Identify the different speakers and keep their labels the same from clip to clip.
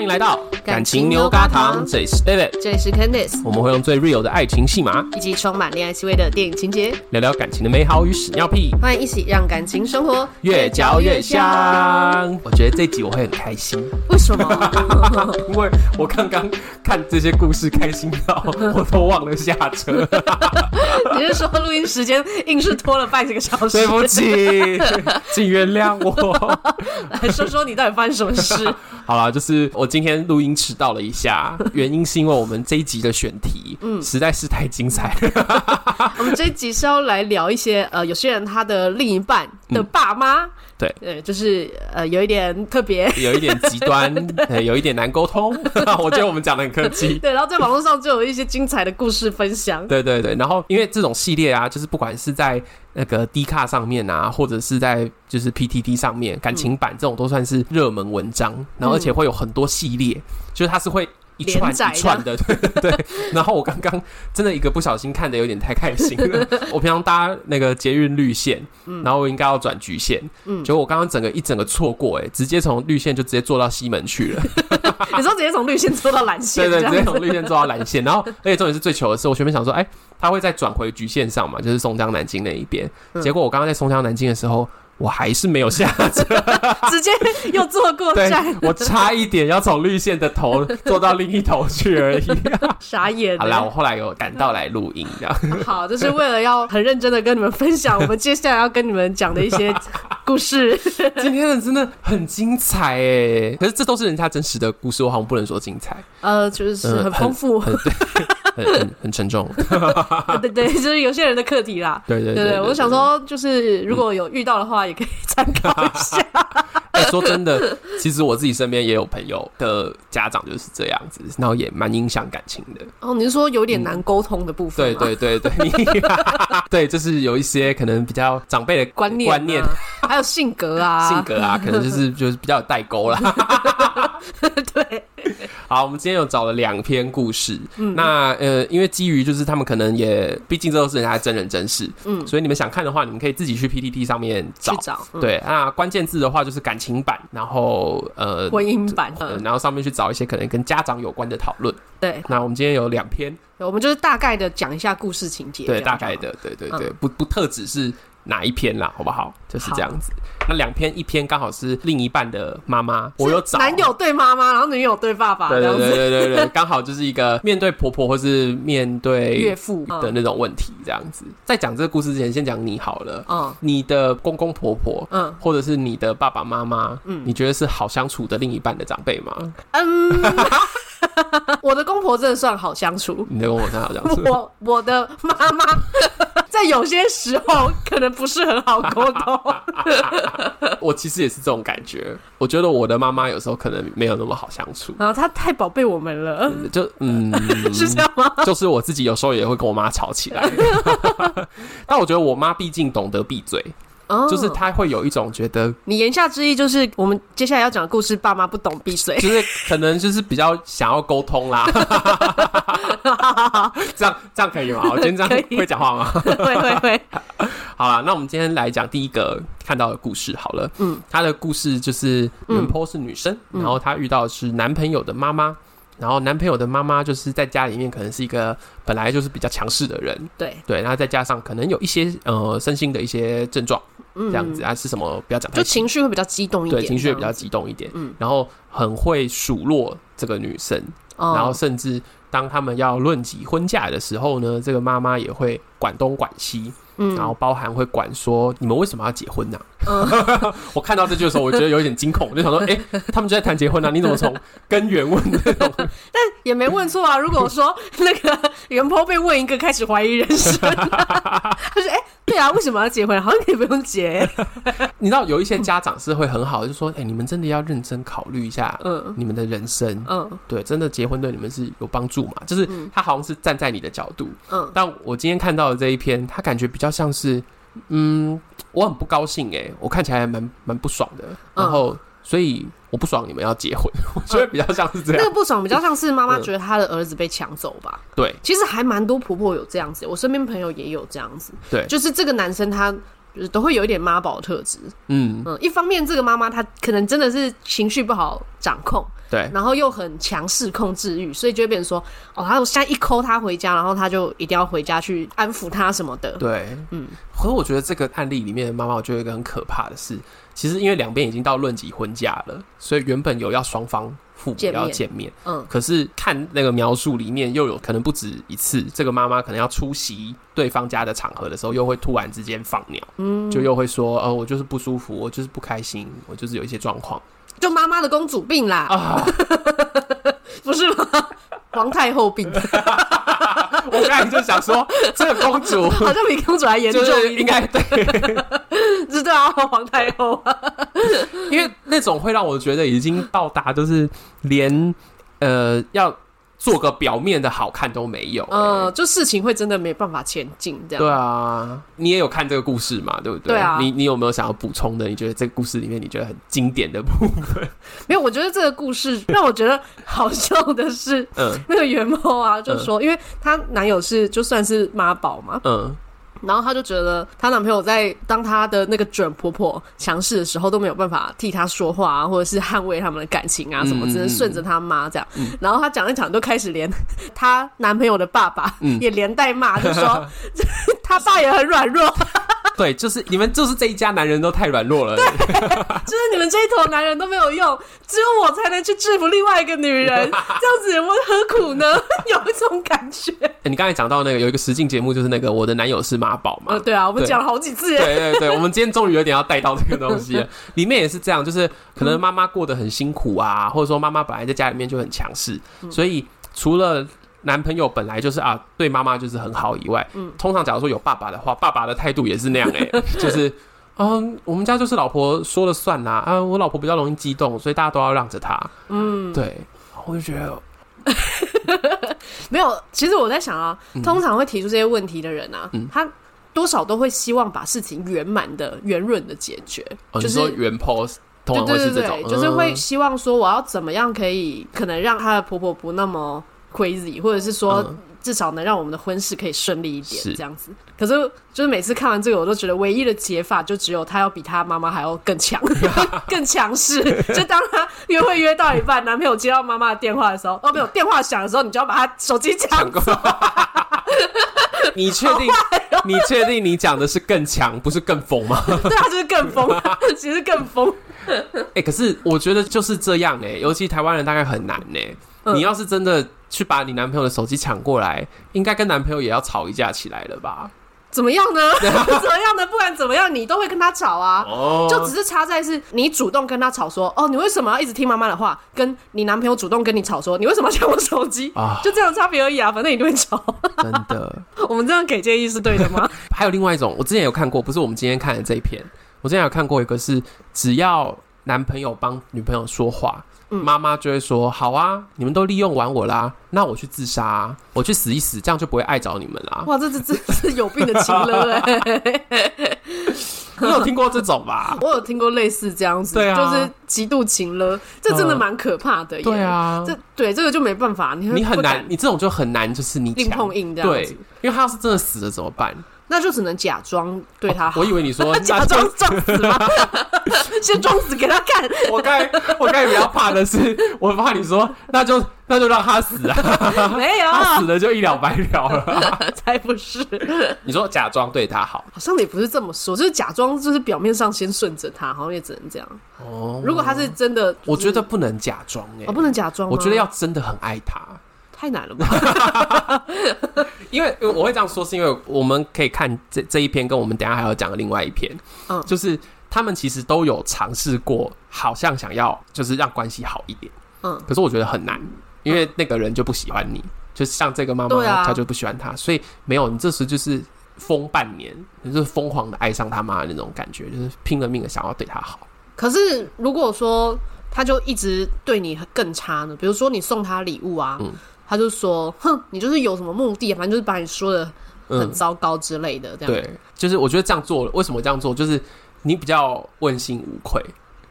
Speaker 1: 迎来到
Speaker 2: 感情牛轧糖
Speaker 1: 这里是 David，
Speaker 2: 这里是 Candice，
Speaker 1: 我们会用最 real 的爱情戏码
Speaker 2: 以及充满恋爱气味的电影情节，
Speaker 1: 聊聊感情的美好与屎尿屁，
Speaker 2: 欢迎一起让感情生活
Speaker 1: 越嚼越。香。我觉得这集我会很开心，
Speaker 2: 为什么？
Speaker 1: 因为我刚刚看这些故事开心到 我都忘了下车，
Speaker 2: 你是说录音时间硬是拖了半个小时？
Speaker 1: 对不，起， 请原谅我。
Speaker 2: 来说说你到底发生什么事？
Speaker 1: 好啦，就是我今天录音迟到了一下，原因是因为我们这一集的选题，嗯，实在是太精彩了。
Speaker 2: 我们这一集是要来聊一些呃，有些人他的另一半的爸妈，
Speaker 1: 嗯对，
Speaker 2: 呃，就是呃，有一点 特别。
Speaker 1: 有一点极端， 呃有一点难沟通。 我觉得我们讲的很客气。
Speaker 2: 对，然后在网络上就有一些精彩的故事分享。
Speaker 1: 对对对，然后因为这种系列啊，就是不管是在那个 D 卡上面啊，或者是在就是 PTT 上面感情版这种都算是热门文章，然后而且会有很多系列，就是它是会。一串
Speaker 2: 连载
Speaker 1: 一串的，对 对对。然后我刚刚真的一个不小心看的有点太开心 了。我平常搭那个捷运绿线，
Speaker 2: 嗯
Speaker 1: 然后我应该要转橘线，结果我刚刚整个一整个错过、哎，直接从绿线就直接坐到西门去了。
Speaker 2: 你说直接从绿线坐到蓝线，
Speaker 1: 对对，
Speaker 2: 这
Speaker 1: 直
Speaker 2: 样
Speaker 1: 接
Speaker 2: 子
Speaker 1: 从绿线做到蓝线，然 后而且重点是最糗的是，我前面想说，哎、他会再转回局线上嘛，就是松江南京那一边。
Speaker 2: 嗯
Speaker 1: 结果我刚刚在松江南京的时候，我还是没有下 车，
Speaker 2: 直接又坐过
Speaker 1: 对
Speaker 2: 站，
Speaker 1: 我差一点要从绿线的头坐到另一头去而 已。
Speaker 2: 傻眼。
Speaker 1: 好啦，我后来有赶到来录音，这样
Speaker 2: 好，就是为了要很认真的跟你们分享我们接下来要跟你们讲的一些故事。
Speaker 1: 今天的真的很精彩哎！可是这都是人家真实的故事，我好像不能说精 彩，
Speaker 2: 呃，就是
Speaker 1: 嗯
Speaker 2: 很丰 富，
Speaker 1: 很对，很很很沉重。
Speaker 2: 对对，就是有些人的课题啦。
Speaker 1: 对对
Speaker 2: 对对，我想说，就是如果有遇到的话，也可以参考一下。
Speaker 1: 哎、说真的，其实我自己身边也有朋友的家长就是这样子，然后也蛮影响感情的。
Speaker 2: 哦，你是说有点难沟通的部分
Speaker 1: 嗯对
Speaker 2: 吗，
Speaker 1: 对对对， 你对，就是有一些可能比较长辈的
Speaker 2: 观念啊
Speaker 1: 观念、
Speaker 2: 还有性格啊，
Speaker 1: 性格啊，可能就是就是比较有代沟啦。
Speaker 2: 对，
Speaker 1: 好，我们今天有找了两篇故事，
Speaker 2: 嗯
Speaker 1: 那呃，因为基于就是他们可能也，毕竟这都是人家的真人真事，嗯，所以你们想看的话，你们可以自己去 PTT 上面
Speaker 2: 去
Speaker 1: 找。
Speaker 2: 找嗯
Speaker 1: 对，那关键字的话就是感情版，然后呃，
Speaker 2: 婚姻版。
Speaker 1: 呃
Speaker 2: 嗯
Speaker 1: 然后上面去找一些可能跟家长有关的讨论。
Speaker 2: 对，
Speaker 1: 那我们今天有两篇，
Speaker 2: 我们就是大概的讲一下故事情节，
Speaker 1: 对，
Speaker 2: 这样
Speaker 1: 大
Speaker 2: 就好嗯
Speaker 1: 概。的，对对对，不不特指是哪一篇啦，好不好？就是这样子。那两篇，一篇刚好是另一半的妈妈，我有找
Speaker 2: 男友。对妈妈，然后女友对爸爸，
Speaker 1: 对
Speaker 2: 这
Speaker 1: 对
Speaker 2: 样
Speaker 1: 对
Speaker 2: 子。
Speaker 1: 对对 对，刚好就是一个面对婆婆或是面对
Speaker 2: 岳父嗯
Speaker 1: 的那种问题，这样子。在讲这个故事之前，先讲你好了。
Speaker 2: 嗯
Speaker 1: 你的公公婆婆，
Speaker 2: 嗯
Speaker 1: 或者是你的爸爸妈妈，你觉得是好相处的另一半的长辈吗？
Speaker 2: 嗯，我的公婆真的算好相处。
Speaker 1: 你的公婆真的好相处，
Speaker 2: 我我的妈妈在有些时候可能不是很好沟通，
Speaker 1: 我其实也是这种感觉。我觉得我的妈妈有时候可能没有那么好相处，
Speaker 2: 然后她太宝贝我们了，
Speaker 1: 就嗯，
Speaker 2: 是这样吗？
Speaker 1: 就是我自己有时候也会跟我妈吵起来。 但我觉得我妈毕竟懂得闭嘴，
Speaker 2: 哦
Speaker 1: 就是她会有一种觉得，
Speaker 2: 你言下之意就是我们接下来要讲的故事，爸妈不懂闭嘴。
Speaker 1: 就是可能就是比较想要沟通啦。这样这样可以吗？我今天这样
Speaker 2: 可以
Speaker 1: 会讲话吗？
Speaker 2: 会会会，
Speaker 1: 好啦，那我们今天来讲第一个看到的故事好了。嗯
Speaker 2: 嗯，
Speaker 1: 她的故事就是原坡是女生，然后她遇到的是男朋友的妈妈，然后男朋友的妈妈就是在家里面可能是一个本来就是比较强势的人，
Speaker 2: 对，
Speaker 1: 对，然后再加上可能有一些呃身心的一些症状，
Speaker 2: 嗯
Speaker 1: 这样子、啊是什么？不要讲太
Speaker 2: 就
Speaker 1: 细，
Speaker 2: 情绪会比较激动一点，
Speaker 1: 对，情绪也比
Speaker 2: 这
Speaker 1: 较
Speaker 2: 样子
Speaker 1: 激动一点，嗯
Speaker 2: 嗯，
Speaker 1: 然后很会数落这个女生，
Speaker 2: 哦
Speaker 1: 然后甚至当他们要论及婚嫁的时候呢，这个妈妈也会管东管西，
Speaker 2: 嗯
Speaker 1: 然后包含会管说你们为什么要结婚呢、啊
Speaker 2: 嗯
Speaker 1: 我看到这句的时候，我觉得有点惊恐，我就 想说，哎、他们就在谈结婚呢、啊，你怎么从根源问那种？
Speaker 2: 也没问错啊。如果 说那个袁坡被问一个，开始怀疑人生、他说：“哎、对啊，为什么要结婚？好像可以不用结。
Speaker 1: 你知道有一些家长是会很好，就说，哎、你们真的要认真考虑一下”
Speaker 2: 嗯
Speaker 1: 你们的人生，
Speaker 2: 嗯
Speaker 1: 对，真的结婚对你们是有帮助嘛？就是他好像是站在你的角度，
Speaker 2: 嗯，
Speaker 1: 但我今天看到的这一篇，他感觉比较像是，嗯，我很不高兴哎、我看起来还蛮蛮不爽的，然后、所以我不爽你们要结婚，我觉得比较像是这
Speaker 2: 那
Speaker 1: 样，
Speaker 2: 个不爽比较像是妈妈
Speaker 1: 啊嗯
Speaker 2: 觉得她的儿子被抢走吧。
Speaker 1: 对
Speaker 2: 其实还蛮多婆婆有这样子，我身边朋友也有这样子。
Speaker 1: 对
Speaker 2: 就是这个男生他就是都会有一点妈宝特质。
Speaker 1: 嗯，
Speaker 2: 嗯，一方面这个妈妈她可能真的是情绪不好掌控，
Speaker 1: 对，
Speaker 2: 然后又很强势控制欲，所以就会变成说，哦，她现在一抠她回家，然后她就一定要回家去安抚她什么的。
Speaker 1: 对，
Speaker 2: 嗯
Speaker 1: 嗯。可是我觉得这个案例里面的妈妈，我觉得有一个很可怕的是，其实因为两边已经到论及婚嫁了，所以原本有要双方父母
Speaker 2: 见面
Speaker 1: 要见面，
Speaker 2: 嗯，
Speaker 1: 可是看那个描述里面，又有可能不止一次，这个妈妈可能要出席对方家的场合的时候，又会突然之间放鸟，嗯，就又会说，呃，我就是不舒服，我就是不开心，我就是有一些状况
Speaker 2: 就妈妈的公主病啦，
Speaker 1: 啊。
Speaker 2: 不是吗？皇太 后病，
Speaker 1: 我刚才就想说，这个公主
Speaker 2: 好像比公主 还严重
Speaker 1: 就是
Speaker 2: 一点。
Speaker 1: 应该对，
Speaker 2: 知道啊，皇太后啊，
Speaker 1: 因为那种会让我觉得已经到达，就是连呃要做个表面的好看都没有、
Speaker 2: 嗯，
Speaker 1: 欸
Speaker 2: 就事情会真的没办法前进这样。
Speaker 1: 对啊，你也有看这个故事嘛？对不对？
Speaker 2: 对啊
Speaker 1: 你你有没有想要补充的？你觉得这个故事里面你觉得很经典的部 分？
Speaker 2: 没有，我觉得这个故事让我觉得好笑的是，
Speaker 1: 嗯
Speaker 2: 那个袁某啊，就说，因为她男友是就算是妈宝嘛，
Speaker 1: 嗯，
Speaker 2: 然后她就觉得她男朋友在当她的那个准婆婆强势的时候都没有办法替她说话啊，或者是捍卫他们的感情啊什么，
Speaker 1: 嗯
Speaker 2: 只能顺着她妈这样。然后她讲一讲，都开始连她男朋友的爸爸
Speaker 1: 嗯
Speaker 2: 也连带骂，就说 她爸也很软弱，
Speaker 1: 对，就是你们就是这一家男人都太软弱了。
Speaker 2: 就是你们这一坨男人都没有用，只有我才能去制服另外一个女 人，这样子我何苦呢？ 有一种感觉。
Speaker 1: 欸你刚才讲到那个有一个实境节目，就是那个我的男友是妈宝嘛
Speaker 2: 呃，。对啊，我们
Speaker 1: 对
Speaker 2: 讲了好几次耶。
Speaker 1: 对对对，我们今天终于有点要带到这个东西了。 里面也是这样，就是可能妈妈过得很辛苦啊，或者说妈妈本来在家里面就很强势，
Speaker 2: 嗯
Speaker 1: 所以除了男朋友本来就是啊对妈妈就是很好以外，
Speaker 2: 嗯
Speaker 1: 通常假如说有爸爸的话，爸爸的态度也是那样哎、 就是。嗯，我们家就是老婆说了算啦、啊。我老婆比较容易激动，所以大家都要让着她。嗯，对，我就觉得哦
Speaker 2: 没有，其实我在想啊，通常会提出这些问题的人啊，他多少都会希望把事情圆满的、圆润的解决，
Speaker 1: 哦，
Speaker 2: 就
Speaker 1: 你
Speaker 2: 是
Speaker 1: 说。原 pose 通常
Speaker 2: 对
Speaker 1: 会
Speaker 2: 对
Speaker 1: 是这
Speaker 2: 对
Speaker 1: 种
Speaker 2: 对，，就是
Speaker 1: 嗯
Speaker 2: 会希望说我要怎么样可以可能让她的婆婆不那么 crazy，或者是说
Speaker 1: 嗯
Speaker 2: 至少能让我们的婚事可以顺利一点
Speaker 1: 是
Speaker 2: 这样子。可是就是每次看完这个，我都觉得唯一的解法就只有她要比她妈妈还要 更强，更强势。就当她约会约到一半，男朋友接到妈妈的电话的 时候，哦没有电话响的时候，你就要把她手机
Speaker 1: 抢
Speaker 2: 抢
Speaker 1: 购。 你确定？你确定你讲的是更强，不是更疯吗？
Speaker 2: 对啊，就是更疯，其实更疯。
Speaker 1: 哎、可是我觉得就是这样哎、尤其台湾人大概很难哎、
Speaker 2: 嗯
Speaker 1: 你要是真的去把你男朋友的手机抢过来，应该跟男朋友也要吵一架起来了吧？
Speaker 2: 怎么样呢？ 怎么样呢？不管怎么样，你都会跟他吵啊。
Speaker 1: 哦
Speaker 2: 就只是差在是你主动跟他吵说，哦，你为什么要一直听妈妈的话？跟你男朋友主动跟你吵说，你为什么要抢我手机？
Speaker 1: 啊，
Speaker 2: 就这样的差别而已啊，反正你都会吵。
Speaker 1: 真的。
Speaker 2: 我们这样给建议是对的吗？
Speaker 1: 还有另外一种，我之前有看过，不是我们今天看的这一篇，我之前有看过一个是，只要男朋友帮女朋友说话，
Speaker 2: 嗯
Speaker 1: 妈妈、就会说：“好啊，你们都利用完我啦，那我去自杀、啊，我去死一死，这样就不会爱着你们啦。
Speaker 2: 哇，这这这是有病的情了哎、”？
Speaker 1: 你有听过这种吧
Speaker 2: 我有听过类似这样子，
Speaker 1: 对啊嗯
Speaker 2: 就是极度情了，这真的蛮可怕的耶。
Speaker 1: 对，啊，
Speaker 2: 这对这个就没办法，你会
Speaker 1: 你很
Speaker 2: 不敢
Speaker 1: 难，你这种就很难，就是你
Speaker 2: 硬
Speaker 1: 抢
Speaker 2: 碰硬这样
Speaker 1: 对
Speaker 2: 子。，
Speaker 1: 因为他要是真的死了怎么办？
Speaker 2: 那就只能假装对他好，
Speaker 1: 我以为你 说
Speaker 2: 假
Speaker 1: 那就
Speaker 2: 装装死吗？ 先装死给他看，
Speaker 1: 我刚才我刚才比较怕的是，我怕你说那就那就让他死 啊，
Speaker 2: 没
Speaker 1: 他
Speaker 2: 有，
Speaker 1: 死了就一了百了了。
Speaker 2: 才不是。
Speaker 1: 你说假装对他好
Speaker 2: 好像也不是这么说，就是假装，就是表面上先顺着他，好像也只能这样。
Speaker 1: 哦，
Speaker 2: 如果他是真的，
Speaker 1: 我觉得不能假装哎、
Speaker 2: 我不能假装吗，
Speaker 1: 我觉得要真的很爱他，
Speaker 2: 太难了吧？
Speaker 1: 因为我会这样说，是因为我们可以看这这一篇，跟我们等一下还要讲的另外一篇，
Speaker 2: 嗯
Speaker 1: 就是他们其实都有尝试过，好像想要就是让关系好一点，
Speaker 2: 嗯
Speaker 1: 可是我觉得很难，因为那个人就不喜欢你，就像这个妈妈，
Speaker 2: 对啊
Speaker 1: 她就不喜欢他，所以没有你这时就是疯半年，你就是疯狂的爱上他妈的那种感觉，就是拼了命的想要对他好。
Speaker 2: 可是如果说他就一直对你更差呢？比如说你送他礼物啊，
Speaker 1: 嗯
Speaker 2: 他就说：“哼，你就是有什么目的，反正就是把你说的
Speaker 1: 嗯
Speaker 2: 很糟糕之类的。”这样
Speaker 1: 对，就是我觉得这样做了，为什么这样做？就是你比较问心无愧，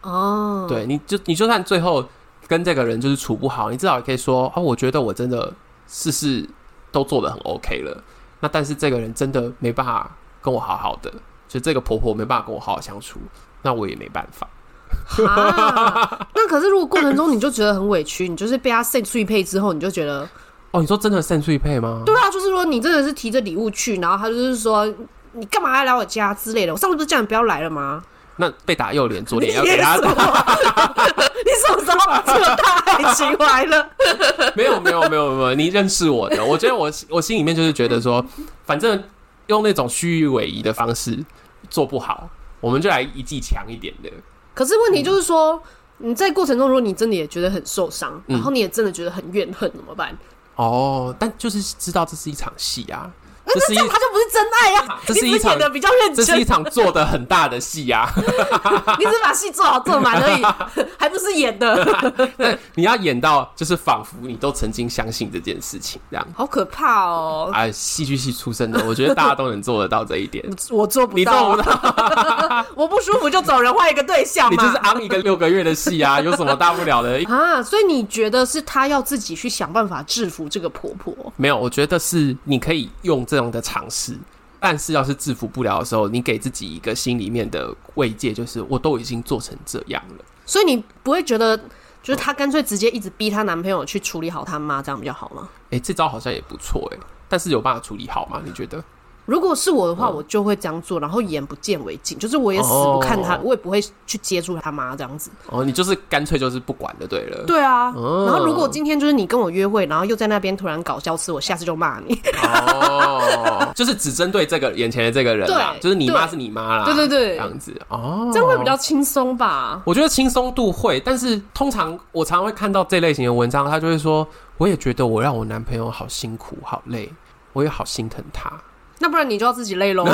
Speaker 2: 哦，
Speaker 1: 对，你就你就算最后跟这个人就是处不好，你至少也可以说哦，我觉得我真的事事都做的很 OK 了，那但是这个人真的没办法跟我好好的，就这个婆婆没办法跟我好好相处，那我也没办法。
Speaker 2: 啊，那可是如果过程中你就觉得很委屈，你就是被他 send 碎配之后，你就觉得
Speaker 1: 哦，你说真的三岁配吗？
Speaker 2: 对啊，就是说你真的是提着礼物去，然后他就是说你干嘛还来我家之类的。我上次不是叫你不要来了吗？
Speaker 1: 那被打右脸左
Speaker 2: 你
Speaker 1: 脸要给他
Speaker 2: 什么？ 你什么时候这么大爱情来了？
Speaker 1: 没有没有没有没有，你认识我的，我觉得我我心里面就是觉得说，反正用那种虚与委蛇的方式做不好，我们就来一技强一点的。
Speaker 2: 可是问题就是说，你在过程中，如果你真的也觉得很受伤，
Speaker 1: 嗯
Speaker 2: 然后你也真的觉得很怨恨，怎么办？
Speaker 1: 哦，但就是知道这是一场戏啊，
Speaker 2: 那
Speaker 1: 这是
Speaker 2: 这样
Speaker 1: 一
Speaker 2: 他就不是真爱啊！
Speaker 1: 这
Speaker 2: 你
Speaker 1: 是一
Speaker 2: 只是
Speaker 1: 场
Speaker 2: 演的比较认
Speaker 1: 这
Speaker 2: 真
Speaker 1: 是一，场做的很大的戏啊。
Speaker 2: 你只是把戏做好做满而已， 还不是演 的，
Speaker 1: 但你要演到就是仿佛你都曾经相信这件事情这样。
Speaker 2: 好可怕哦！
Speaker 1: 啊，戏剧系出身的，我觉得大家都能做得到这一点。
Speaker 2: 我做不
Speaker 1: 你
Speaker 2: 到
Speaker 1: 做
Speaker 2: 啊，
Speaker 1: 不到，
Speaker 2: 我不舒服就走人，换一个对象
Speaker 1: 你就是
Speaker 2: 嘛。
Speaker 1: 昂一个六个月的戏啊，有什么大不了 的？
Speaker 2: 啊，所以你觉得是她要自己去想办法制服这个婆婆？
Speaker 1: 没有，我觉得是你可以用这样的尝试，但是要是制服不了的时候，你给自己一个心里面的慰藉，就是我都已经做成这样了。
Speaker 2: 所以你不会觉得，就是她干脆直接一直逼她男朋友去处理好她妈，这样比较好吗？
Speaker 1: 哎、这招好像也不错哎、但是有办法处理好吗？你觉得？
Speaker 2: 如果是我的话，我就会这样做，然后眼不见为净，就是我也死不看她，
Speaker 1: 哦
Speaker 2: 我也不会去接触她妈这样子。
Speaker 1: 哦，你就是干脆就是不管就对了。
Speaker 2: 对啊，
Speaker 1: 哦
Speaker 2: 然后如果今天就是你跟我约会，然后又在那边突然搞消失，我下次就骂你。
Speaker 1: 哦， 就是只针对这个眼前的这个人啦，
Speaker 2: 对
Speaker 1: 就是你妈
Speaker 2: 对
Speaker 1: 是你妈啦，
Speaker 2: 对对对
Speaker 1: 这样子哦，
Speaker 2: 这样会比较轻松吧？
Speaker 1: 我觉得轻松度会，但是通常我常会看到这类型的文章，他就会说，我也觉得我让我男朋友好辛苦、好累，我也好心疼他。
Speaker 2: 那不然你就要自己累喽。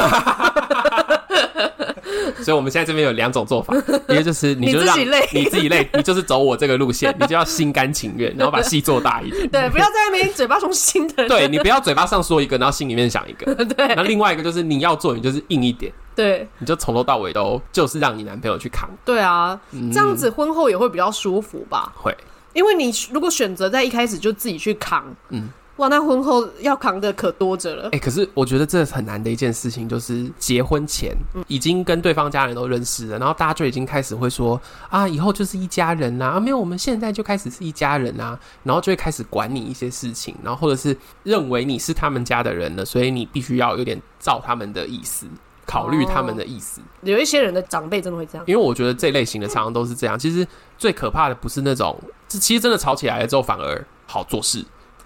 Speaker 1: 所以我们现在这边有两种做法，一个就是 你就
Speaker 2: 你自
Speaker 1: 让
Speaker 2: 己累
Speaker 1: 你自己 累，你就是走我这个路线，你就要心甘情愿，然后把戏做大一 点。
Speaker 2: 对，不要在那边嘴巴从心疼。
Speaker 1: 对你不要嘴巴上说一个，然后心里面想一个。
Speaker 2: 对
Speaker 1: 那另外一个就是你要做，你就是硬一点，
Speaker 2: 对
Speaker 1: 你就从头到尾都就是让你男朋友去扛。
Speaker 2: 对啊，
Speaker 1: 嗯
Speaker 2: 这样子婚后也会比较舒服吧？
Speaker 1: 会，
Speaker 2: 因为你如果选择在一开始就自己去扛，
Speaker 1: 嗯
Speaker 2: 嗯，哇，那婚后要扛的可多着 了
Speaker 1: 哎、。可是我觉得这很难的一件事情，就是结婚前已经跟对方家人都认识了，然后大家就已经开始会说啊，以后就是一家人呐、啊，没有，我们现在就开始是一家人啊，然后就会开始管你一些事情，然后或者是认为你是他们家的人了，所以你必须要有点照他们的意思。考虑他们的意思，
Speaker 2: 有一些人的长辈真的会这样，
Speaker 1: 因为我觉得这类型的常常都是这样。其实最可怕的不是那种，这其实真的吵起来了之后反而好做事，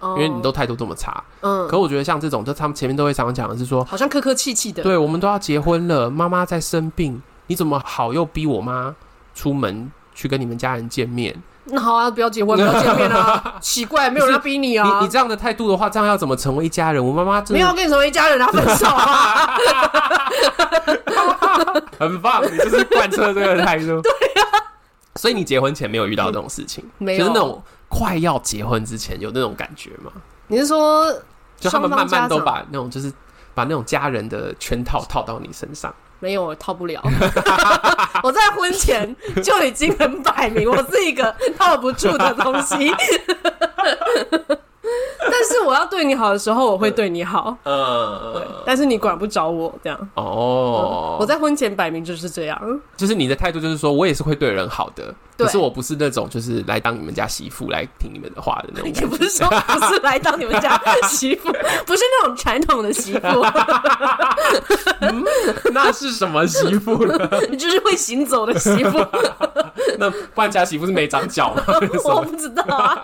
Speaker 1: 因
Speaker 2: 因
Speaker 1: 为你都态度这么差。
Speaker 2: 哦嗯，
Speaker 1: 可我觉得像这种，就他们前面都会常常讲的是说，
Speaker 2: 好像客客气气的，
Speaker 1: 对，我们都要结婚了，妈妈在生病，你怎么好又逼我妈出门去跟你们家人见面？
Speaker 2: 那好啊，不 要结婚，不要见面啊，奇怪，没有人要逼你啊
Speaker 1: 你你，这样的态度的话，这样要怎么成为一家人？我妈妈真
Speaker 2: 没有
Speaker 1: 的
Speaker 2: 跟你成为一家人啊，分 手啊，
Speaker 1: 很棒，你就是贯彻这个态 度。对呀、所以你结婚前没有遇到这种事情，
Speaker 2: 啊没
Speaker 1: 就是那
Speaker 2: 有。
Speaker 1: 种快要结婚之前有那种感觉吗？
Speaker 2: 你是说
Speaker 1: 就他们慢
Speaker 2: 双方
Speaker 1: 慢
Speaker 2: 家
Speaker 1: 都
Speaker 2: 长
Speaker 1: 把那种就是把那种家人的圈套套到你身上。
Speaker 2: 没有，我套不了。 我在婚前就已经很摆明，我是一个套不住的东西。 但是我要对你好的时候，我会对你好。对
Speaker 1: 嗯，
Speaker 2: 但是你管不着我这样。嗯
Speaker 1: 哦，
Speaker 2: 我在婚前摆明就是这样。
Speaker 1: 就是你的态度就是说我也是会对人好的，
Speaker 2: 对
Speaker 1: 可是我不是那种就是来当你们家媳妇来听你们的话的那种。
Speaker 2: 也不是说不是来当你们家媳妇，不是那种传统的媳妇，
Speaker 1: 那是什么媳妇 呢？
Speaker 2: 就是会行走的媳妇。
Speaker 1: 那不然家媳妇是没长脚吗？
Speaker 2: 我不知道啊。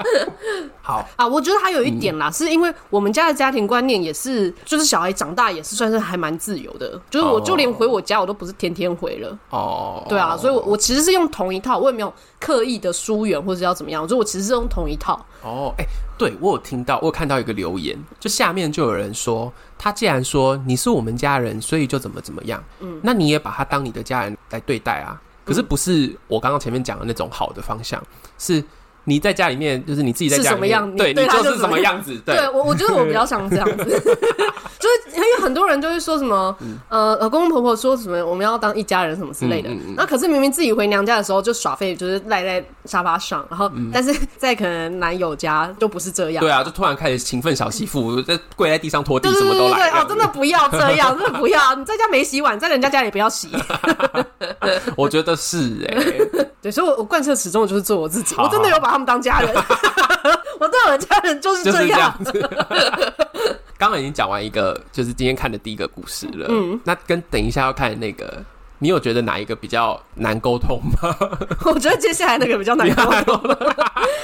Speaker 1: 好，
Speaker 2: 啊，我觉得还有
Speaker 1: 嗯
Speaker 2: 一点啦，是因为我们家的家庭观念也是，就是小孩长大也是算是还蛮自由的，就是我
Speaker 1: 哦
Speaker 2: 就连回我家我都不是天天回了，
Speaker 1: 哦，
Speaker 2: 对啊，所以我我其实是用同一套，我也没有刻意的疏远或者要怎么样，所以我其实是用同一套，
Speaker 1: 哦，哎、对我有听到，我有看到一个留言，就下面就有人说，他既然说你是我们家人，所以就怎么怎么样，嗯，那你也把他当你的家人来对待啊。可是不是我刚刚前面讲的那种好的方向，是你在家里面，就是你自己在家里面
Speaker 2: 是什么样你
Speaker 1: 对
Speaker 2: 对
Speaker 1: 你
Speaker 2: 他
Speaker 1: 就
Speaker 2: 就是
Speaker 1: 什么样子，对
Speaker 2: 对我，我觉得我比较想这 样子， 就是因为很多人就会说什么，呃，呃公公婆婆说什么我们要当一家人什么之类的，
Speaker 1: 嗯嗯嗯
Speaker 2: 那可是明明自己回娘家的时候就耍废，就是赖在沙发上，然后、但是 在可能男友家就不是这
Speaker 1: 嗯
Speaker 2: 样，
Speaker 1: 对啊，就突然开始勤奋小媳妇，在跪在地上拖地，
Speaker 2: 对
Speaker 1: 什
Speaker 2: 对
Speaker 1: 么
Speaker 2: 对
Speaker 1: 都
Speaker 2: 对
Speaker 1: 来这
Speaker 2: 对，
Speaker 1: 样
Speaker 2: 哦，
Speaker 1: 子。
Speaker 2: 真的不要这样，真的不要，你在家没洗碗，在人家家也不 要洗，
Speaker 1: 我觉得是 哎，
Speaker 2: 对，所以我我贯彻始终我就是做我自己，
Speaker 1: 好
Speaker 2: 我真的有把他们 当家人，我对我的家人就是
Speaker 1: 就是
Speaker 2: 这
Speaker 1: 这
Speaker 2: 样
Speaker 1: 样，子。 刚刚已经讲完一个，就是今天看的第一个故事了。嗯，那跟等一下要看的那个，你有觉得哪一个比较难沟通吗？
Speaker 2: 我觉得接下来那个比较难 沟通，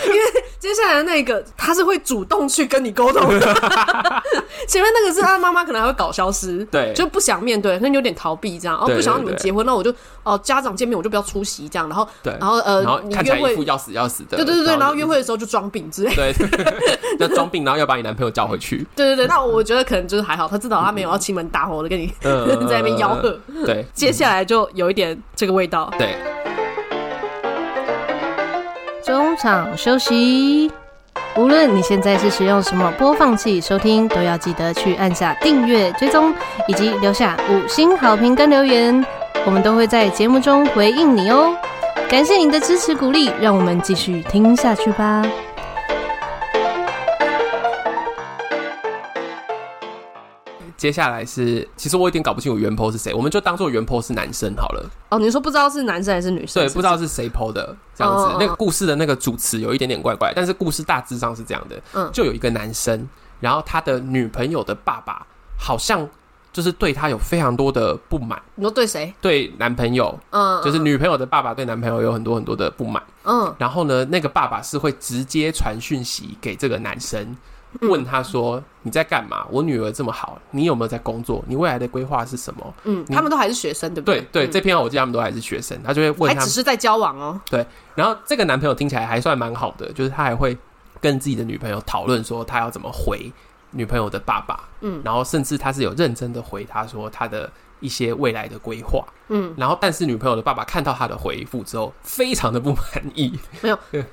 Speaker 2: 因为接下来那个他是会主动去跟你沟 通的，前面那个是他妈妈可能还会搞消失，
Speaker 1: 对
Speaker 2: 就不想面对，可能有点逃避这样，哦，
Speaker 1: 对
Speaker 2: 不想让你
Speaker 1: 对
Speaker 2: 们
Speaker 1: 对
Speaker 2: 结婚，那我就哦家长见面我就不要出席这样，然后
Speaker 1: 对，
Speaker 2: 然后呃
Speaker 1: 然后
Speaker 2: 你
Speaker 1: 看起
Speaker 2: 约
Speaker 1: 来一
Speaker 2: 会
Speaker 1: 副，要死要死的，
Speaker 2: 对对对对，然后约会的时候就装病之类，
Speaker 1: 对，要装病，然后要把你男朋友叫回去，
Speaker 2: 对对对，那我觉得可能就是还好，他至少他没有要亲门打火的 跟你
Speaker 1: 嗯
Speaker 2: 在那边吆喝，
Speaker 1: 对
Speaker 2: 接下来就有一点这个味道，
Speaker 1: 对。
Speaker 3: 中场休息。无论你现在是使用什么播放器收听，都要记得去按下订阅、追踪，以及留下五星好评跟留言，我们都会在节目中回应你哦。感谢你的支持鼓励，让我们继续听下去吧。
Speaker 1: 接下来是，其实我有点搞不清楚原 po 是谁，我们就当做原 po 是男生好了。
Speaker 2: 哦，你说不知道是男生还是女生，
Speaker 1: 对，
Speaker 2: 是
Speaker 1: 不知道是谁 PO 的这样子。
Speaker 2: 哦哦哦
Speaker 1: 那个故事的那个主词有一点点怪怪，但是故事大致上是这样的。
Speaker 2: 嗯
Speaker 1: 就有一个男生，然后他的女朋友的爸爸好像就是对他有非常多的不满，
Speaker 2: 你说对谁？
Speaker 1: 对男朋友，
Speaker 2: 嗯，
Speaker 1: 就是女朋友的爸爸对男朋友有很多很多的不满。
Speaker 2: 嗯。
Speaker 1: 然后呢，那个爸爸是会直接传讯息给这个男生，
Speaker 2: 嗯
Speaker 1: 问他说：“你在干嘛？我女儿这么好，你有没有在工作？你未来的规划是什么
Speaker 2: 嗯，
Speaker 1: 你
Speaker 2: 他们都还是学生，对？”不
Speaker 1: 对对，
Speaker 2: 嗯
Speaker 1: 这篇我记得他们都还是学生，他就会问
Speaker 2: 还
Speaker 1: 他
Speaker 2: 只是在交往哦。
Speaker 1: 然后这个男朋友听起来还算蛮好的，就是他还会跟自己的女朋友讨论说他要怎么回女朋友的爸爸，
Speaker 2: 嗯，
Speaker 1: 然后甚至他是有认真的回他说他的一些未来的规划，
Speaker 2: 嗯，
Speaker 1: 然后但是女朋友的爸爸看到他的回复之后，非常的不满 意，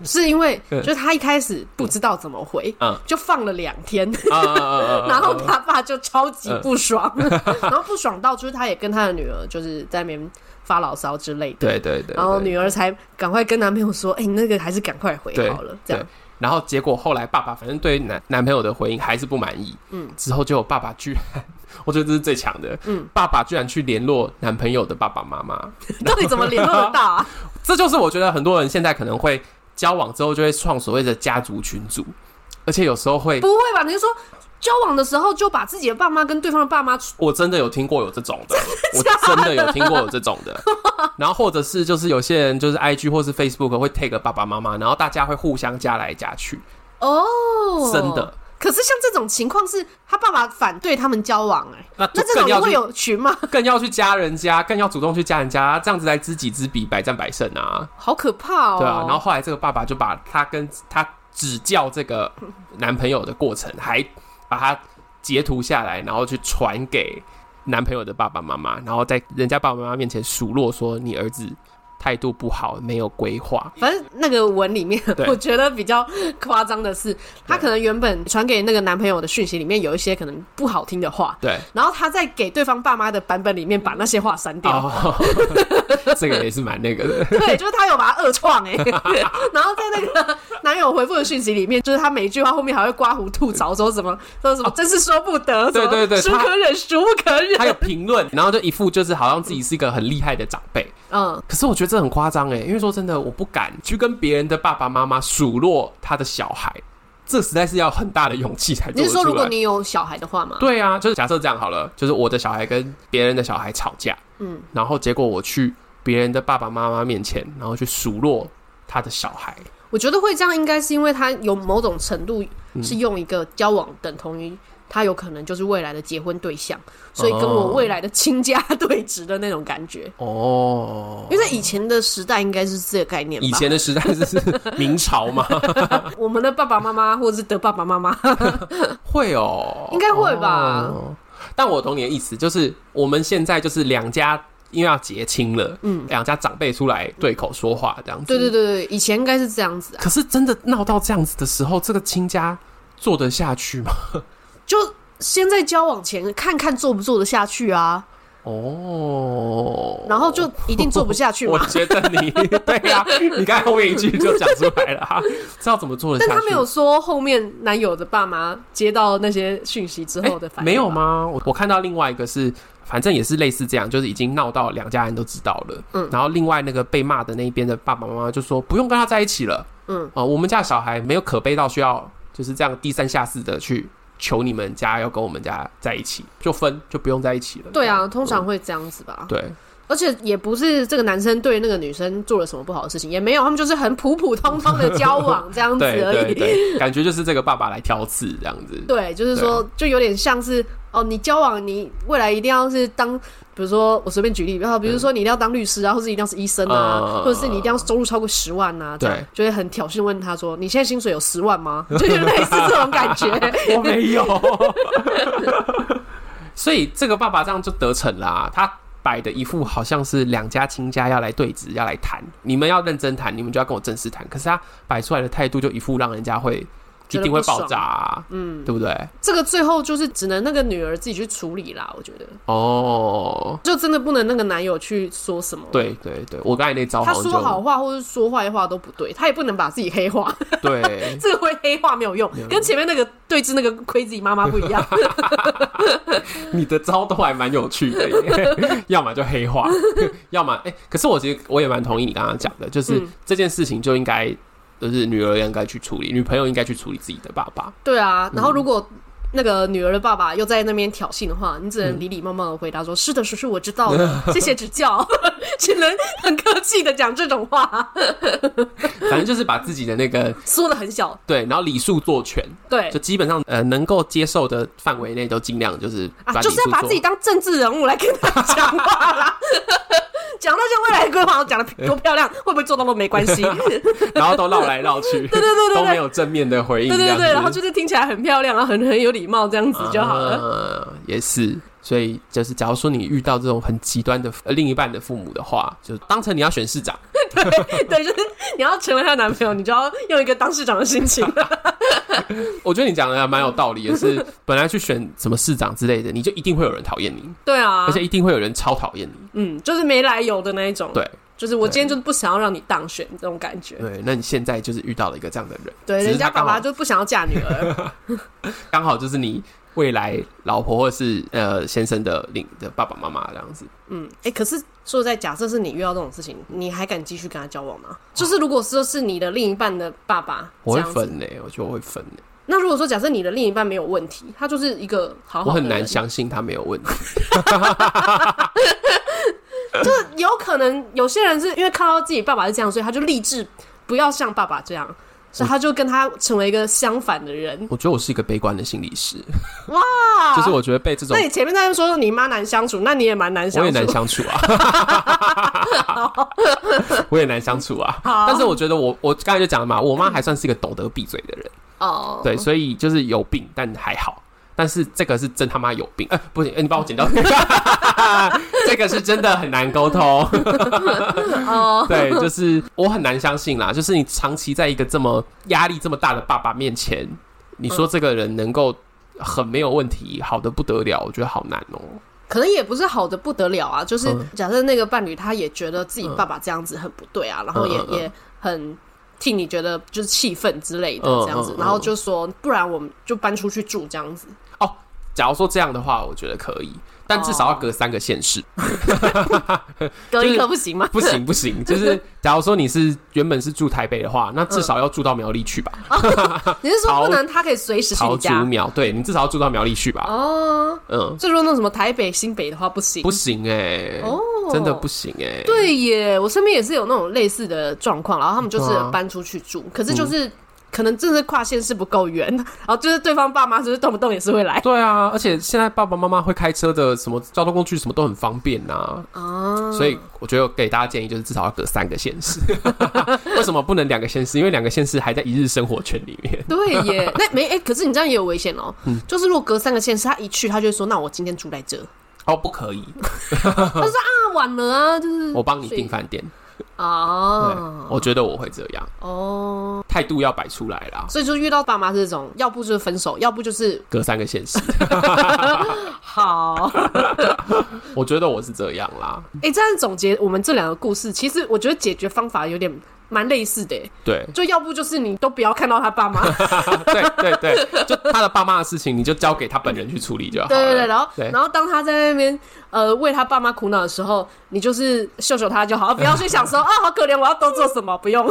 Speaker 2: 是因为
Speaker 1: 嗯
Speaker 2: 就是他一开始不知道怎么回，
Speaker 1: 嗯
Speaker 2: 就放了两天，
Speaker 1: 啊啊啊啊啊
Speaker 2: 然后他爸就超级不爽，
Speaker 1: 嗯
Speaker 2: 然后不爽到就是他也跟他的女儿就是在那边发牢骚之类的，
Speaker 1: 对对对，
Speaker 2: 然后
Speaker 1: 对
Speaker 2: 女儿才赶快跟男朋友说：“哎，你那个还是赶快回
Speaker 1: 对
Speaker 2: 好了。”这样，
Speaker 1: 然后结果后来爸爸反正对男男朋友的回应还是不满意，嗯
Speaker 2: 嗯，
Speaker 1: 之后就有爸爸居然， 我觉得这是最强的，嗯
Speaker 2: 嗯，
Speaker 1: 爸爸居然去联络男朋友的爸爸妈妈，
Speaker 2: 到底怎么联络得到啊？
Speaker 1: 这就是我觉得很多人现在可能会交往之后就会创所谓的家族群组，而且有时候会
Speaker 2: 不，会吧？你就说交往的时候就把自己的爸妈跟对方的爸妈
Speaker 1: 我真的有听过有这种 的，我真的有听过有这种的。然后或者是就是有些人就是 IG 或是 Facebook 会 take 爸爸妈妈，然后大家会互相加来加去，
Speaker 2: 哦，
Speaker 1: 真的。
Speaker 2: 可是像这种情况是他爸爸反对他们交往、哎，
Speaker 1: 那
Speaker 2: 那
Speaker 1: 就
Speaker 2: 这
Speaker 1: 更
Speaker 2: 种你
Speaker 1: 要
Speaker 2: 会
Speaker 1: 去
Speaker 2: 有群吗？
Speaker 1: 更要去加人家，更要主动去加人家，这样子来知己知彼，百战百胜啊，
Speaker 2: 好可怕哦！
Speaker 1: 对啊。然后后来这个爸爸就把他跟他指教这 个男朋友的过程，还把它截图下来，然后去传给男朋友的爸爸妈妈，然后在人家爸爸妈妈面前数落说你儿子态度不好，没有规划。
Speaker 2: 反正那个文里面
Speaker 1: 对，
Speaker 2: 我觉得比较夸张的是，她可能原本传给那个男朋友的讯息里面有一些可能不好听的话，
Speaker 1: 对，
Speaker 2: 然后她在给对方爸妈的版本里面把那些话删掉。
Speaker 1: 哦， 这个也是蛮那个的，
Speaker 2: 对，就是她有把它恶创哎、 然后在那个男友回复的讯息里面，就是她每一句话后面还会刮胡吐槽说什么说什么真是说不得，什么
Speaker 1: 哦对对对
Speaker 2: 孰
Speaker 1: 她
Speaker 2: 可忍孰不可
Speaker 1: 他有
Speaker 2: 忍，
Speaker 1: 评论，然后就一副就是好像自己是一个很厉害的长辈，
Speaker 2: 嗯。
Speaker 1: 可是我觉得这很夸张哎，因为说真的，我不敢去跟别人的爸爸妈妈数落他的小孩，这实在是要很大的勇气才做
Speaker 2: 你
Speaker 1: 得
Speaker 2: 是说，
Speaker 1: 出
Speaker 2: 如果
Speaker 1: 来。
Speaker 2: 你有小孩的话吗？
Speaker 1: 对啊，就是假设这样好了，就是我的小孩跟别人的小孩吵架，嗯
Speaker 2: 嗯，
Speaker 1: 然后结果我去别人的爸爸妈妈面前，然后去数落他的小孩，
Speaker 2: 我觉得会这样，应该是因为他有某种程度
Speaker 1: 嗯
Speaker 2: 是用一个交往等同于他有可能就是未来的结婚对象，所以跟我未来的亲家 对峙的那种感觉。
Speaker 1: 哦，
Speaker 2: 因为在以前的时代，应该是这个概念吧。
Speaker 1: 以前的时代是是明朝嘛，
Speaker 2: 我们的爸爸妈妈或者是的爸爸 妈妈，
Speaker 1: 会哦，
Speaker 2: 应该会吧
Speaker 1: 哦但我懂你的意思，就是我们现在就是两家因为要结亲了，嗯，两家长辈出来对口说话这样子。
Speaker 2: 对对对对，以前应该是这样子啊，
Speaker 1: 可是真的闹到这样子的时候，这个亲家做得下去吗？
Speaker 2: 就先在交往前看看做不做得下去啊，
Speaker 1: 哦，
Speaker 2: 然后就一定做不下 去
Speaker 1: 我
Speaker 2: 嘛。
Speaker 1: 觉得你对呀、你刚才后面一句就讲出来了、啊，知道怎么做得
Speaker 2: 但
Speaker 1: 下
Speaker 2: 他
Speaker 1: 去。
Speaker 2: 没有说后面男友的爸妈接到那些讯息之
Speaker 1: 哎、
Speaker 2: 后的反应、
Speaker 1: 没有？吗？我我看到另外一个是，反正也是类似这样，就是已经闹到两家人都知道了。
Speaker 2: 嗯
Speaker 1: 然后另外那个被骂的那边的爸爸妈妈就说不用跟他在一起了。
Speaker 2: 嗯，
Speaker 1: 哦、我们家的小孩没有可悲到需要就是这样低三下四的去求你们家要跟我们家在一起，就分就不用在一起了。
Speaker 2: 对
Speaker 1: 这
Speaker 2: 啊，
Speaker 1: 样
Speaker 2: 通常会这样子吧。
Speaker 1: 对，
Speaker 2: 而且也不是这个男生对那个女生做了什么不好的事情，也没有，他们就是很普普通通的交 往这样子
Speaker 1: 对
Speaker 2: 而
Speaker 1: 对
Speaker 2: 已。
Speaker 1: 对，感觉就是这个爸爸来挑刺这样子。
Speaker 2: 对，就是
Speaker 1: 啊
Speaker 2: 说，就有点像是哦，你交往，你未来一定要是当，比如说我随便举例，然后比如说你一定要当律师啊，或者一定要是医生啊，
Speaker 1: 嗯
Speaker 2: 或者是你一定要收入超过十万啊，这样
Speaker 1: 对
Speaker 2: 就会很挑衅地问他说，你现在薪水有十万吗？ 就有类似这种感觉。
Speaker 1: 我没有。所以这个爸爸这样就得逞啦、他摆的一副好像是两家亲家要来对质，要来谈，你们要认真谈，你们就要跟我正式谈。可是他摆出来的态度就一副让人家会一
Speaker 2: 觉得
Speaker 1: 定会
Speaker 2: 不爽
Speaker 1: 爆炸、啊，嗯，对不对？
Speaker 2: 这个最后就是只能那个女儿自己去处理啦，我觉得
Speaker 1: 哦，
Speaker 2: 就真的不能那个男友去说什么。
Speaker 1: 对对对，我刚才那招
Speaker 2: 他
Speaker 1: 好像
Speaker 2: 说
Speaker 1: 就
Speaker 2: 好话或者说坏话都不对，他也不能把自己黑化，。
Speaker 1: 对
Speaker 2: 这个会黑化没有用，跟前面那个对峙那个 crazy 妈妈不一样。
Speaker 1: 你的招都还蛮有趣的耶，要么就黑化， 要么哎、可是我其实我也蛮同意你刚刚讲的，就是
Speaker 2: 嗯
Speaker 1: 这件事情就应该就是女儿应该去处理，女朋友应该去处理自己的爸 爸。
Speaker 2: 对啊，然后
Speaker 1: 嗯
Speaker 2: 如果那个女儿的爸爸又在那边挑衅的话，你只能礼礼貌貌的回答说：“是的，叔叔，我知道了， 谢谢指教。” 只能很客气的讲这种话，
Speaker 1: 反正就是把自己的那个
Speaker 2: 缩的很小。
Speaker 1: 对，然后礼数做全，
Speaker 2: 对
Speaker 1: 就基本上呃能够接受的范围内都尽量就是
Speaker 2: 啊，
Speaker 1: 把
Speaker 2: 就
Speaker 1: 礼
Speaker 2: 是要
Speaker 1: 数
Speaker 2: 把
Speaker 1: 做
Speaker 2: 自己当政治人物来跟他讲话啦。 讲到这未来规划，我讲的多漂亮，会不会做到都没关 系。对
Speaker 1: 然后都绕来绕去，对对对
Speaker 2: 对
Speaker 1: 都没有正面的回应，
Speaker 2: 对
Speaker 1: 这样
Speaker 2: 对
Speaker 1: 子
Speaker 2: 对，然后就是听起来很漂亮，然后很很有礼貌这 样子就好
Speaker 1: 啊
Speaker 2: 了。
Speaker 1: 也是。所以就是，假如说你遇到这种很极端的呃另一半的父母的话，就当成你要选市长，
Speaker 2: 对，就是你要成为她男朋友，你就要用一个当市长的 心情。
Speaker 1: 我觉得你讲的还蛮有道 理，也是本来去选什么市长之类的，你就一定会有人讨厌你，
Speaker 2: 对啊
Speaker 1: 而，且一定会有人超讨厌你。
Speaker 2: 嗯，就是没来由的那一种。
Speaker 1: 对
Speaker 2: 就是我
Speaker 1: 对
Speaker 2: 今天就是不想要让你当选这种感觉。
Speaker 1: 对，那你现在就是遇到了一个这样的人，
Speaker 2: 对，
Speaker 1: 只是
Speaker 2: 人家
Speaker 1: 他
Speaker 2: 爸
Speaker 1: 刚
Speaker 2: 爸
Speaker 1: 好
Speaker 2: 就不想要嫁女 儿。
Speaker 1: 刚好就是你未来老婆或是呃先生的领的爸爸妈妈这样子。
Speaker 2: 嗯，哎、可是说实在，假设是你遇到这种事情，你还敢继续跟他交往吗？就是如果说是你的另一半的爸爸
Speaker 1: 我
Speaker 2: 这
Speaker 1: 会
Speaker 2: 样子，
Speaker 1: 分嘞、我觉得我会分嘞、
Speaker 2: 那如果说假设你的另一半没有问题，他就是一个哦好好
Speaker 1: 我
Speaker 2: 的
Speaker 1: 很难
Speaker 2: 人
Speaker 1: 相信他没有问题。
Speaker 2: 有可能有些人是因为看到自己爸爸是这样，所以他就立志不要像爸爸这样，所以他就跟他成为一个相反的人。
Speaker 1: 我觉得我是一个悲观的心理师，
Speaker 2: 哇！
Speaker 1: 就是我觉得被这种
Speaker 2: 那你前面在说你妈难相处，那你也蛮难
Speaker 1: 我
Speaker 2: 相
Speaker 1: 也
Speaker 2: 处
Speaker 1: 难。相处啊， 我也难相处啊。
Speaker 2: 好
Speaker 1: 但是我觉得我我刚才就讲了嘛，我妈还算是一个懂得闭嘴的人。
Speaker 2: 哦，
Speaker 1: 对，所以就是有病，但还好。但是这个是真他妈有病，呃，不行，呃你帮我 剪掉。这个是真的很难沟通，
Speaker 2: 哦，
Speaker 1: 对，就是我很难相信啦。就是你长期在一个这么压力这么大的爸爸面前，你
Speaker 2: 嗯
Speaker 1: 说这个人能够很没有问题，好的不得了，我觉得好难哦、
Speaker 2: 可能也不是好的不得了啊，就是
Speaker 1: 嗯
Speaker 2: 假设那个伴侣他也觉得自己爸爸这样子很不对啊，然后也、
Speaker 1: 嗯嗯嗯
Speaker 2: 也很替你觉得就是气愤之类的
Speaker 1: 嗯
Speaker 2: 这样子，
Speaker 1: 嗯嗯嗯
Speaker 2: 然后就说不然我们就搬出去住这样子，
Speaker 1: 假如说这样的话，我觉得可以，但至少要隔三个县市。
Speaker 2: 隔
Speaker 1: 就
Speaker 2: 一
Speaker 1: 是
Speaker 2: 个不行吗？
Speaker 1: 不行不行，就是假如说你是原本是住台北的话，那至少要住到苗栗去吧，
Speaker 2: 你是说
Speaker 1: 桃
Speaker 2: 不能他可以随时去
Speaker 1: 桃
Speaker 2: 哦你
Speaker 1: 竹
Speaker 2: 家？
Speaker 1: 苗，对你至少要住到苗栗去吧，
Speaker 2: 哦，
Speaker 1: 嗯，
Speaker 2: 所以说那种什么台北、新北的话不行，
Speaker 1: 不行哎、
Speaker 2: 哦，
Speaker 1: 真的不。行哎、欸。
Speaker 2: 对耶，我身边也是有那种类似的状况，然后他们就是
Speaker 1: 对啊嗯
Speaker 2: 搬出去住，可是就是、可能真的是跨县市不够远，然后就是对方爸妈就是动不动也是会来
Speaker 1: 对啊，而且现在爸爸妈妈会开车的，什么交通工具什么都很方便呐、
Speaker 2: 啊，
Speaker 1: 所以我觉得给大家建议就是至少要隔三个县 市。为什么不能两个县市？因为两个县市还在一日生活圈里面。
Speaker 2: 对耶， 那没哎、可是你这样也有危险哦、
Speaker 1: 嗯
Speaker 2: 就是如果隔三个县市，他一去，他就会说：“那我今天住在这。”
Speaker 1: 哦，不可以，
Speaker 2: 他说：“啊，晚了啊，就是
Speaker 1: 我帮你订饭店。
Speaker 2: 哦
Speaker 1: 对，我觉得我会这样，
Speaker 2: 嗯哦，
Speaker 1: 态度要摆出来啦。
Speaker 2: 所以就遇到爸妈这种，要不就是分手，要不就是
Speaker 1: 隔三个现实，
Speaker 2: 好。
Speaker 1: 我觉得我是这样啦。
Speaker 2: 哎、这样总结我们这两个故事，其实我觉得解决方法有点蛮类似的耶，
Speaker 1: 对
Speaker 2: 就要不就是你都不要看到他爸 妈，
Speaker 1: 对对对，就他的爸妈的事情，你就交给他本人去处理就好
Speaker 2: 对
Speaker 1: 了。
Speaker 2: 对对，然后
Speaker 1: 对
Speaker 2: 然后当他在那边呃为他爸妈苦恼的时候，你就是秀秀他就好，不要去想说啊好可怜，我要都做什么，不用。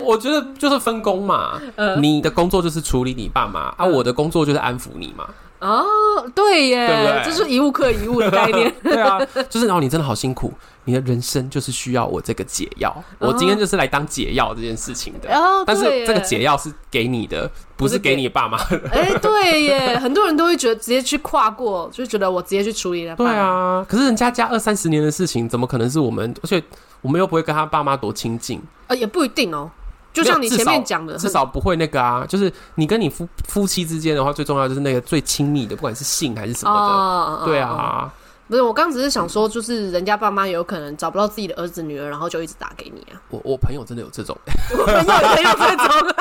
Speaker 1: 我觉得就是分工嘛，
Speaker 2: 嗯
Speaker 1: 你的工作就是处理你爸妈啊，我的工作就是安抚你嘛。
Speaker 2: 哦， 对耶，
Speaker 1: 对不对。
Speaker 2: 这是一物克一物的概念
Speaker 1: 对啊，就是然后你真的好辛苦，你的人生就是需要我这个解药，我今天就是来当解药这件事情的。
Speaker 2: 哦，
Speaker 1: 但是
Speaker 2: 对耶
Speaker 1: 这个解药是给你的，不是给你爸妈的。
Speaker 2: 哎、对耶，很多人都会觉得直接去跨过，就觉得我直接去处理了。
Speaker 1: 对，啊，可是人家家二三十年的事情，怎么可能是我们？而且我们又不会跟他爸妈多亲近，
Speaker 2: 呃，也不一定哦。就像你前
Speaker 1: 没有
Speaker 2: 面讲的，
Speaker 1: 至少不会那个啊。就是你跟你夫夫妻之间的话，最重要就是那个最亲密的，不管是性还是什么
Speaker 2: 哦
Speaker 1: 的。对，
Speaker 2: 哦哦
Speaker 1: 啊，
Speaker 2: 不是，我刚只是想说，就是人家爸妈有可能找不到自己的儿子女儿，然后就一直打给你啊。
Speaker 1: 我我朋友真的有这种，
Speaker 2: 我朋友也有这种，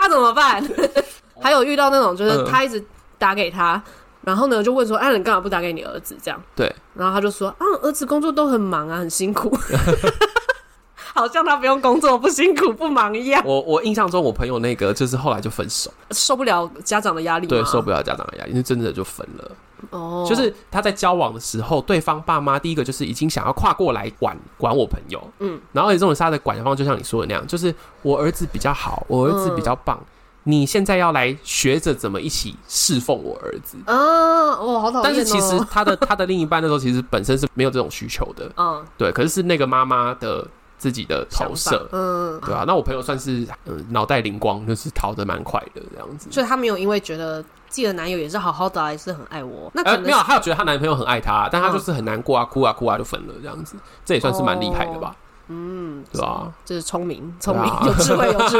Speaker 2: 那、怎么办？还有遇到那种，就是
Speaker 1: 哦嗯
Speaker 2: 他一直打给他，然后呢就问说：“哎、你干嘛不打给你儿子？”这样，
Speaker 1: 对，
Speaker 2: 然后他就说：“啊，儿子工作都很忙啊，很 辛苦。” 好像他不用工作，不辛苦，不忙一样，
Speaker 1: 我我印象中我朋友那个就是后来就分手，
Speaker 2: 受不了家长的压力吗，
Speaker 1: 对，受不了家长的压力，是真的就分了。
Speaker 2: 哦，
Speaker 1: 就是他在交往的时候，对方爸妈第一个就是已经想要跨过来管管我朋友，
Speaker 2: 嗯
Speaker 1: 嗯，然后而且这种是他的管方，就像你说的那样，就是我儿子比较好，我儿子比较
Speaker 2: 嗯
Speaker 1: 棒，你现在要来学着怎么一起侍奉我儿子。
Speaker 2: 啊，哦，好讨厌、哦。
Speaker 1: 但是其实，他的他的另一半那时候其实本身是没有这种需求的，
Speaker 2: 嗯，
Speaker 1: 对，可是是那个妈妈的自己的投
Speaker 2: 想法
Speaker 1: 射，
Speaker 2: 嗯，
Speaker 1: 对啊，那我朋友算是嗯脑袋灵光，就是逃得蛮快的这样子。
Speaker 2: 所以她没有因为觉得自己的男友也是好好的啊，也是很爱我，那可
Speaker 1: 呃，
Speaker 2: 能
Speaker 1: 没有，她有觉得她男朋友很爱她，但她
Speaker 2: 嗯
Speaker 1: 就是很难过啊，哭啊哭啊就分了这样子，这也算是蛮厉害的吧？嗯，对吧？
Speaker 2: 就是聪明，聪明，
Speaker 1: 对啊
Speaker 2: 有智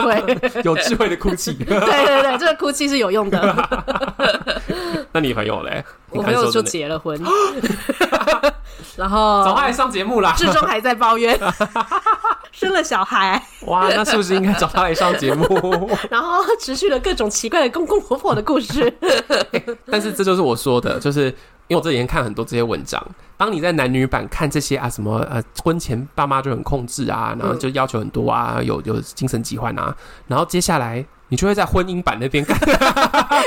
Speaker 2: 慧，有智慧。
Speaker 1: 有智慧的哭泣。
Speaker 2: 对对对，这个哭泣是有用的。
Speaker 1: 那你朋友嘞？ 你
Speaker 2: 我
Speaker 1: 看
Speaker 2: 朋友
Speaker 1: 说
Speaker 2: 就
Speaker 1: 真的，
Speaker 2: 结了婚， 然后
Speaker 1: 早来上节目啦！
Speaker 2: 至终还在抱怨生了小孩，
Speaker 1: 哇，那是不是应该找他来上节目？
Speaker 2: 然后持续了各种奇怪的公公婆婆的 故事。
Speaker 1: 但是这就是我说的，就是因为我这几天看很多这些文章，当你在男女版看这些啊什么呃婚前爸妈就很控制啊，然后就要求很多啊，有有精神疾患啊，然后接下来你就会在婚姻版那边看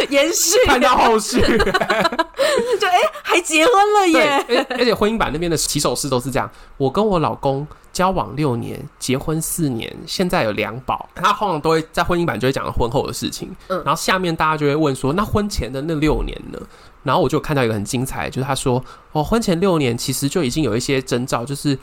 Speaker 2: 延续
Speaker 1: 看到后续。
Speaker 2: 就哎、还结婚了
Speaker 1: 对，
Speaker 2: 耶！
Speaker 1: 而而且婚姻版那边的起手式都是这样：我跟我老公交往六年，结婚四年，现在有两宝。他通常都会在婚姻版就会讲婚后的事情，
Speaker 2: 嗯
Speaker 1: 然后下面大家就会问说，那婚前的那六年呢？然后我就看到一个很精彩，就是他说，哦，婚前六年其实就已经有一些征兆，就是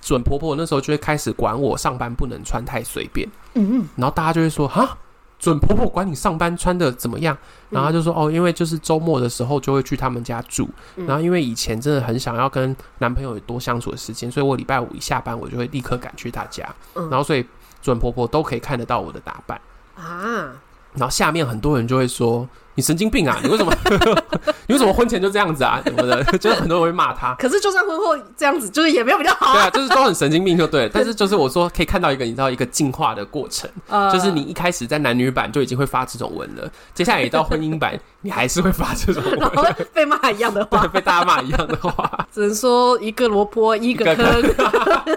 Speaker 1: 准婆婆那时候就会开始管我上班不能穿太随便，嗯，然后大家就会说，哈。准婆婆管你上班穿的怎么样，然后他就说哦，因为就是周末的时候就会去他们家住，然后因为以前真的很想要跟男朋友有多相处的时间，所以我礼拜五一下班我就会立刻赶去他家，
Speaker 2: 嗯
Speaker 1: 然后所以准婆婆都可以看得到我的打扮。
Speaker 2: 啊，
Speaker 1: 然后下面很多人就会说：“你神经病啊！你为什么 你为什么婚前就这样子啊？什么的？”就是很多人会骂他。
Speaker 2: 可是就算婚后这样子，就是也没有比较好
Speaker 1: 对啊，就是都很神经病就对了。但是就是我说可以看到一个你知道一个进化的过程，
Speaker 2: 啊。
Speaker 1: 就是你一开始在男女版就已经会发这种文了，接下来你到婚姻版你还是会发这种 文，
Speaker 2: 然后被骂一样的话
Speaker 1: 对，，被大家骂一样的话。
Speaker 2: 只能说一个萝卜一个
Speaker 1: 一个
Speaker 2: 坑。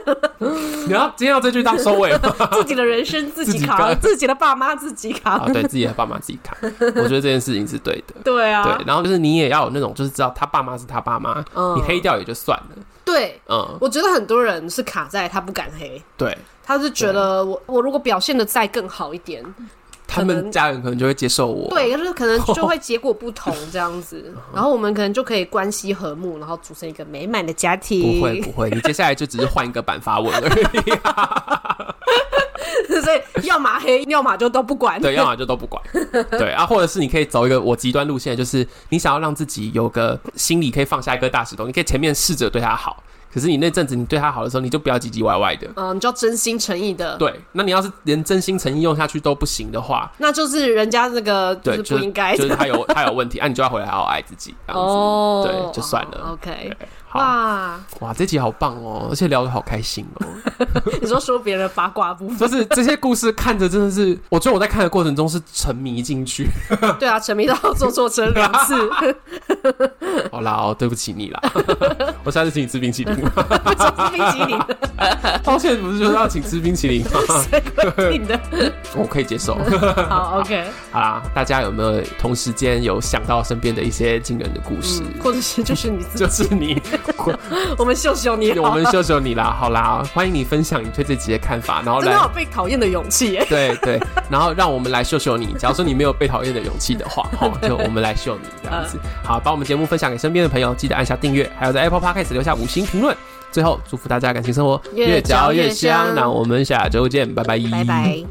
Speaker 1: 你要今天要这句当收尾吗？
Speaker 2: 自己的人生自 己
Speaker 1: 自己
Speaker 2: 扛，
Speaker 1: 扛
Speaker 2: 自己的爸妈自己扛。
Speaker 1: 啊，对自己的爸妈自己 看，我觉得这件事情是对的。
Speaker 2: 对啊
Speaker 1: 对，，然后就是你也要有那种，就是知道他爸妈是他爸妈，
Speaker 2: 嗯
Speaker 1: 你黑掉也就算了，
Speaker 2: 对，
Speaker 1: 嗯，
Speaker 2: 我觉得很多人是卡在他不敢黑，
Speaker 1: 对
Speaker 2: 他是觉得我我如果表现的再更好一点，
Speaker 1: 他们家人可能就会接受我，
Speaker 2: 对，就是可能就会结果不同这样 子，
Speaker 1: 嗯
Speaker 2: 然后我们可能就可以关系和睦，然后组成一个美满的家
Speaker 1: 不会
Speaker 2: 庭。
Speaker 1: 不会，你接下来就只是换一个版发文而已，
Speaker 2: 所以要么黑，要么就都不管。
Speaker 1: 对，要么就都不管，对啊，或者是你可以走一个我极端路线，就是你想要让自己有个心里可以放下一颗大石头，你可以前面试着对他好，可是你那阵子你对他好的时候，你就不要唧唧歪歪的，
Speaker 2: 嗯，你就要真心诚意的，
Speaker 1: 对，那你要是连真心诚意用下去都不行的话，
Speaker 2: 那就是人家那个就
Speaker 1: 对，
Speaker 2: 是
Speaker 1: 就
Speaker 2: 不
Speaker 1: 是
Speaker 2: 应该
Speaker 1: 就是
Speaker 2: 的。
Speaker 1: 他有他有问题，啊，你就要回来好好爱自己，这样子，
Speaker 2: 哦
Speaker 1: 对，就算了
Speaker 2: ，OK，
Speaker 1: 对好，
Speaker 2: 哇，
Speaker 1: 哇，这集好棒哦，而且聊得好开心哦。
Speaker 2: 你说说别人的八卦 部分，
Speaker 1: 就是这些故事看着真的是，我觉得我在看的过程中是沉迷进去。
Speaker 2: 对啊，沉迷到坐错车两 次，
Speaker 1: 好啦，哦，对不起你啦， 我下次请你吃冰淇淋。啊
Speaker 2: 这是冰淇淋的，
Speaker 1: 抱歉，不是说要请吃冰淇淋吗？
Speaker 2: 谁规 定的？
Speaker 1: 我可以接 受。
Speaker 2: 好，OK，
Speaker 1: 好啦，大家有没有同时间有想到身边的一些惊人的故事？
Speaker 2: 嗯，或者是就是你自 己，
Speaker 1: 就是你，
Speaker 2: 我们秀秀你
Speaker 1: 我
Speaker 2: 好
Speaker 1: 们
Speaker 2: 了，
Speaker 1: 秀秀你啦。好啦，欢迎你分享你对这集的看法，然后
Speaker 2: 真的哦
Speaker 1: 来
Speaker 2: 有被讨厌的勇气耶。
Speaker 1: 对对，然后让我们来秀秀你。假如说你没有被讨厌的勇气的 话，哈，就我们来秀你这样子。
Speaker 3: 嗯
Speaker 1: 好，把我们节目分享给身边的朋友，记得按下订阅，还有在 Apple Podcast 留下五星评论。最后，祝福大家感情生活
Speaker 3: 越嚼越香
Speaker 1: 那我们下周见，拜拜，
Speaker 3: 拜拜。